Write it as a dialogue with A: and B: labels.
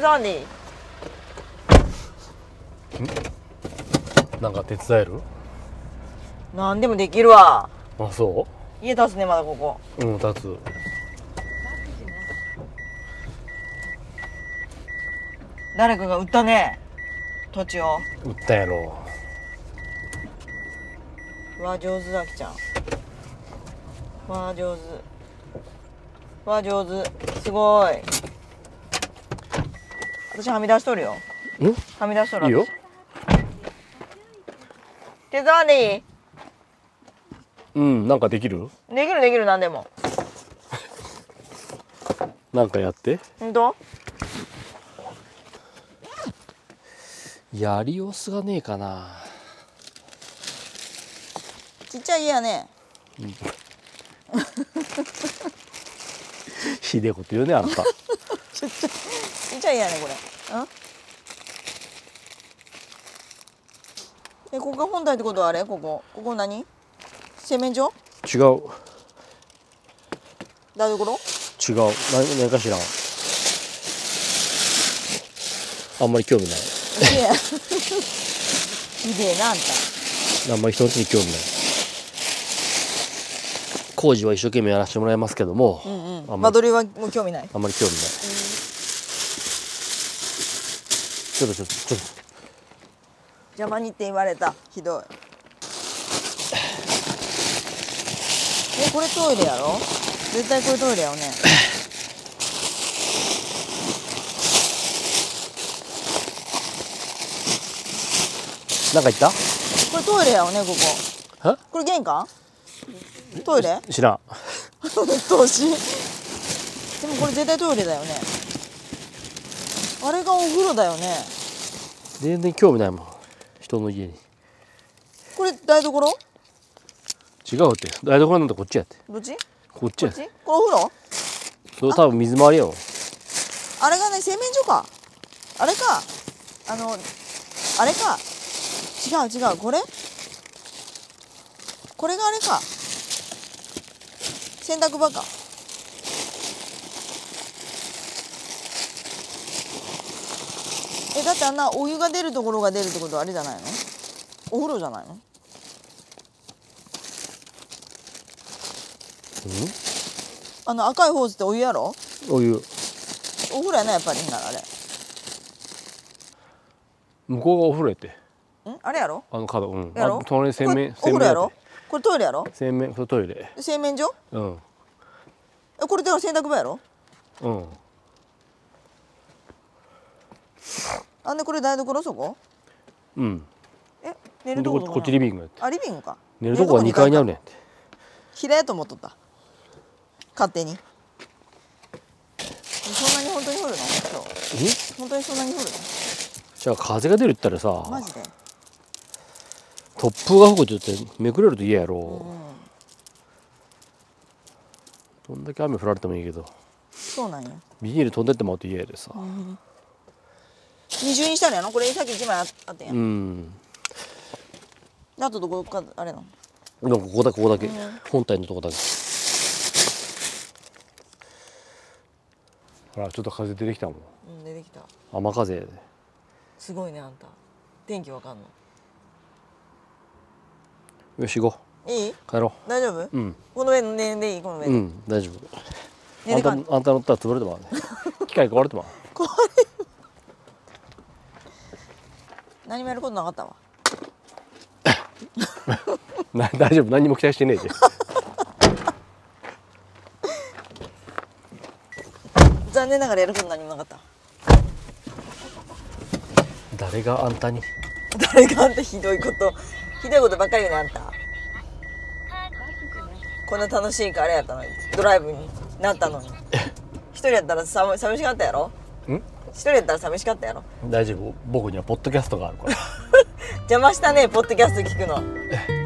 A: ざに
B: なんか手伝える
A: 何でもできるわ
B: あそ
A: 家出すねまだここ
B: ううん立つ
A: 誰かが売ったね土地を
B: 売ったやろ
A: うわ上手だきちゃんうわ上手うわ上手すごい私はみ出しとるよ
B: んい
A: はみ出しとる
B: いよ
A: 手伝わね
B: うんなんかできる
A: えできるできる何でも
B: なんかやって
A: ほんと
B: やりよすがねえかな
A: ちっちゃい家やね
B: ひでえこと言うねあんた
A: ちっちゃい家やねこれんえここが本体ってことはあれここここ何洗面所
B: 違う
A: 台所
B: 違うな何かしらんあんまり興味ない
A: いや ひでえなあんた
B: あんまり人の手に興味ない工事は一生懸命やらせてもらいますけども、
A: うんう
B: あ
A: ん間
B: んまり
A: 取りはもう興味ない
B: あんまり興味ないちょっとちょっとちょっと
A: 邪魔にって言われたひどいえこれトイレやろ絶対これトイレやよね
B: なんか言っ
A: これトイレやよねこ
B: たは
A: ここれ玄関トイレ
B: 知らん
A: 投資でもこれ絶対トイレだよねあれがお風呂だよね
B: 全然興味ないもん人の家に
A: これ台所
B: 違うって台所なんてこっちやって
A: どっち
B: こっち
A: こ
B: や
A: っ
B: っ
A: ち
B: て
A: これお風呂
B: それ多分水回りやろ
A: あれがね洗面所かあれかあのあれか違う違うこれこれがあれか洗濯場かえだってあんなお湯が出るところが出るってことはあれじゃないのお風呂じゃないのあの赤いホースってお湯やろ
B: お湯
A: お風呂やなやっぱりほんならあれ
B: 向こうがお風呂やって
A: んあれやろ
B: あの角うん
A: やろ
B: あ隣に洗面
A: これお風呂
B: 洗面
A: や
B: っ
A: ろ
B: て
A: これトイレやろ
B: 洗面そうトイレ
A: 洗面所
B: うん
A: えこれだから洗濯場やろ
B: うん
A: あんでこれ台所そこ
B: うん
A: え寝る
B: で
A: と
B: こ
A: こど
B: っち
A: こ
B: こっち
A: な
B: リビングやって
A: のあリビングか
B: 寝るとこは2階にあるねんって
A: 平やと思っとった勝手にそんなに本当に降るの今日
B: ん
A: 本当にそんなに降る
B: じゃあ風が出るって言ったら
A: のマ
B: さ
A: ジで
B: 突風が吹くって言ってめくれると嫌や
A: う
B: ろ、
A: ん
B: どんだけ雨降られてもいいけど
A: そうなんや
B: ビニール飛んでってもらうと嫌やでさ
A: 二重にしたのやろこれさっき一枚ああったや
B: うんん
A: であとどこかあれなの
B: でもここだけここだけ、本体のとこだけほらちょっと風出てきたもん
A: うん出てきた
B: 雨風やです
A: ごいねあんた天気わかんの
B: よし行こ
A: いいう
B: 帰ろ
A: 大丈夫
B: ううん
A: この上寝んでいいこの上
B: う
A: で
B: ん大丈夫
A: 寝
B: あ
A: て
B: んた
A: か
B: あ
A: ん
B: んた乗ったら潰れてまうね機械壊れてまう
A: 何もやることなかったわ
B: な 大丈夫何にも期待してねえで
A: 残念ながらやること何もなかった
B: 誰があんたに
A: 誰があんたひどいことひどいことばっかりよねあんたこんな楽しいからあれやったのにドライブになったのに一人やったらさ寂しかったやろ
B: ん
A: 一人やったら寂しかったやろ
B: 大丈夫僕にはポッドキャストがあるから
A: 邪魔したねポッドキャスト聞くの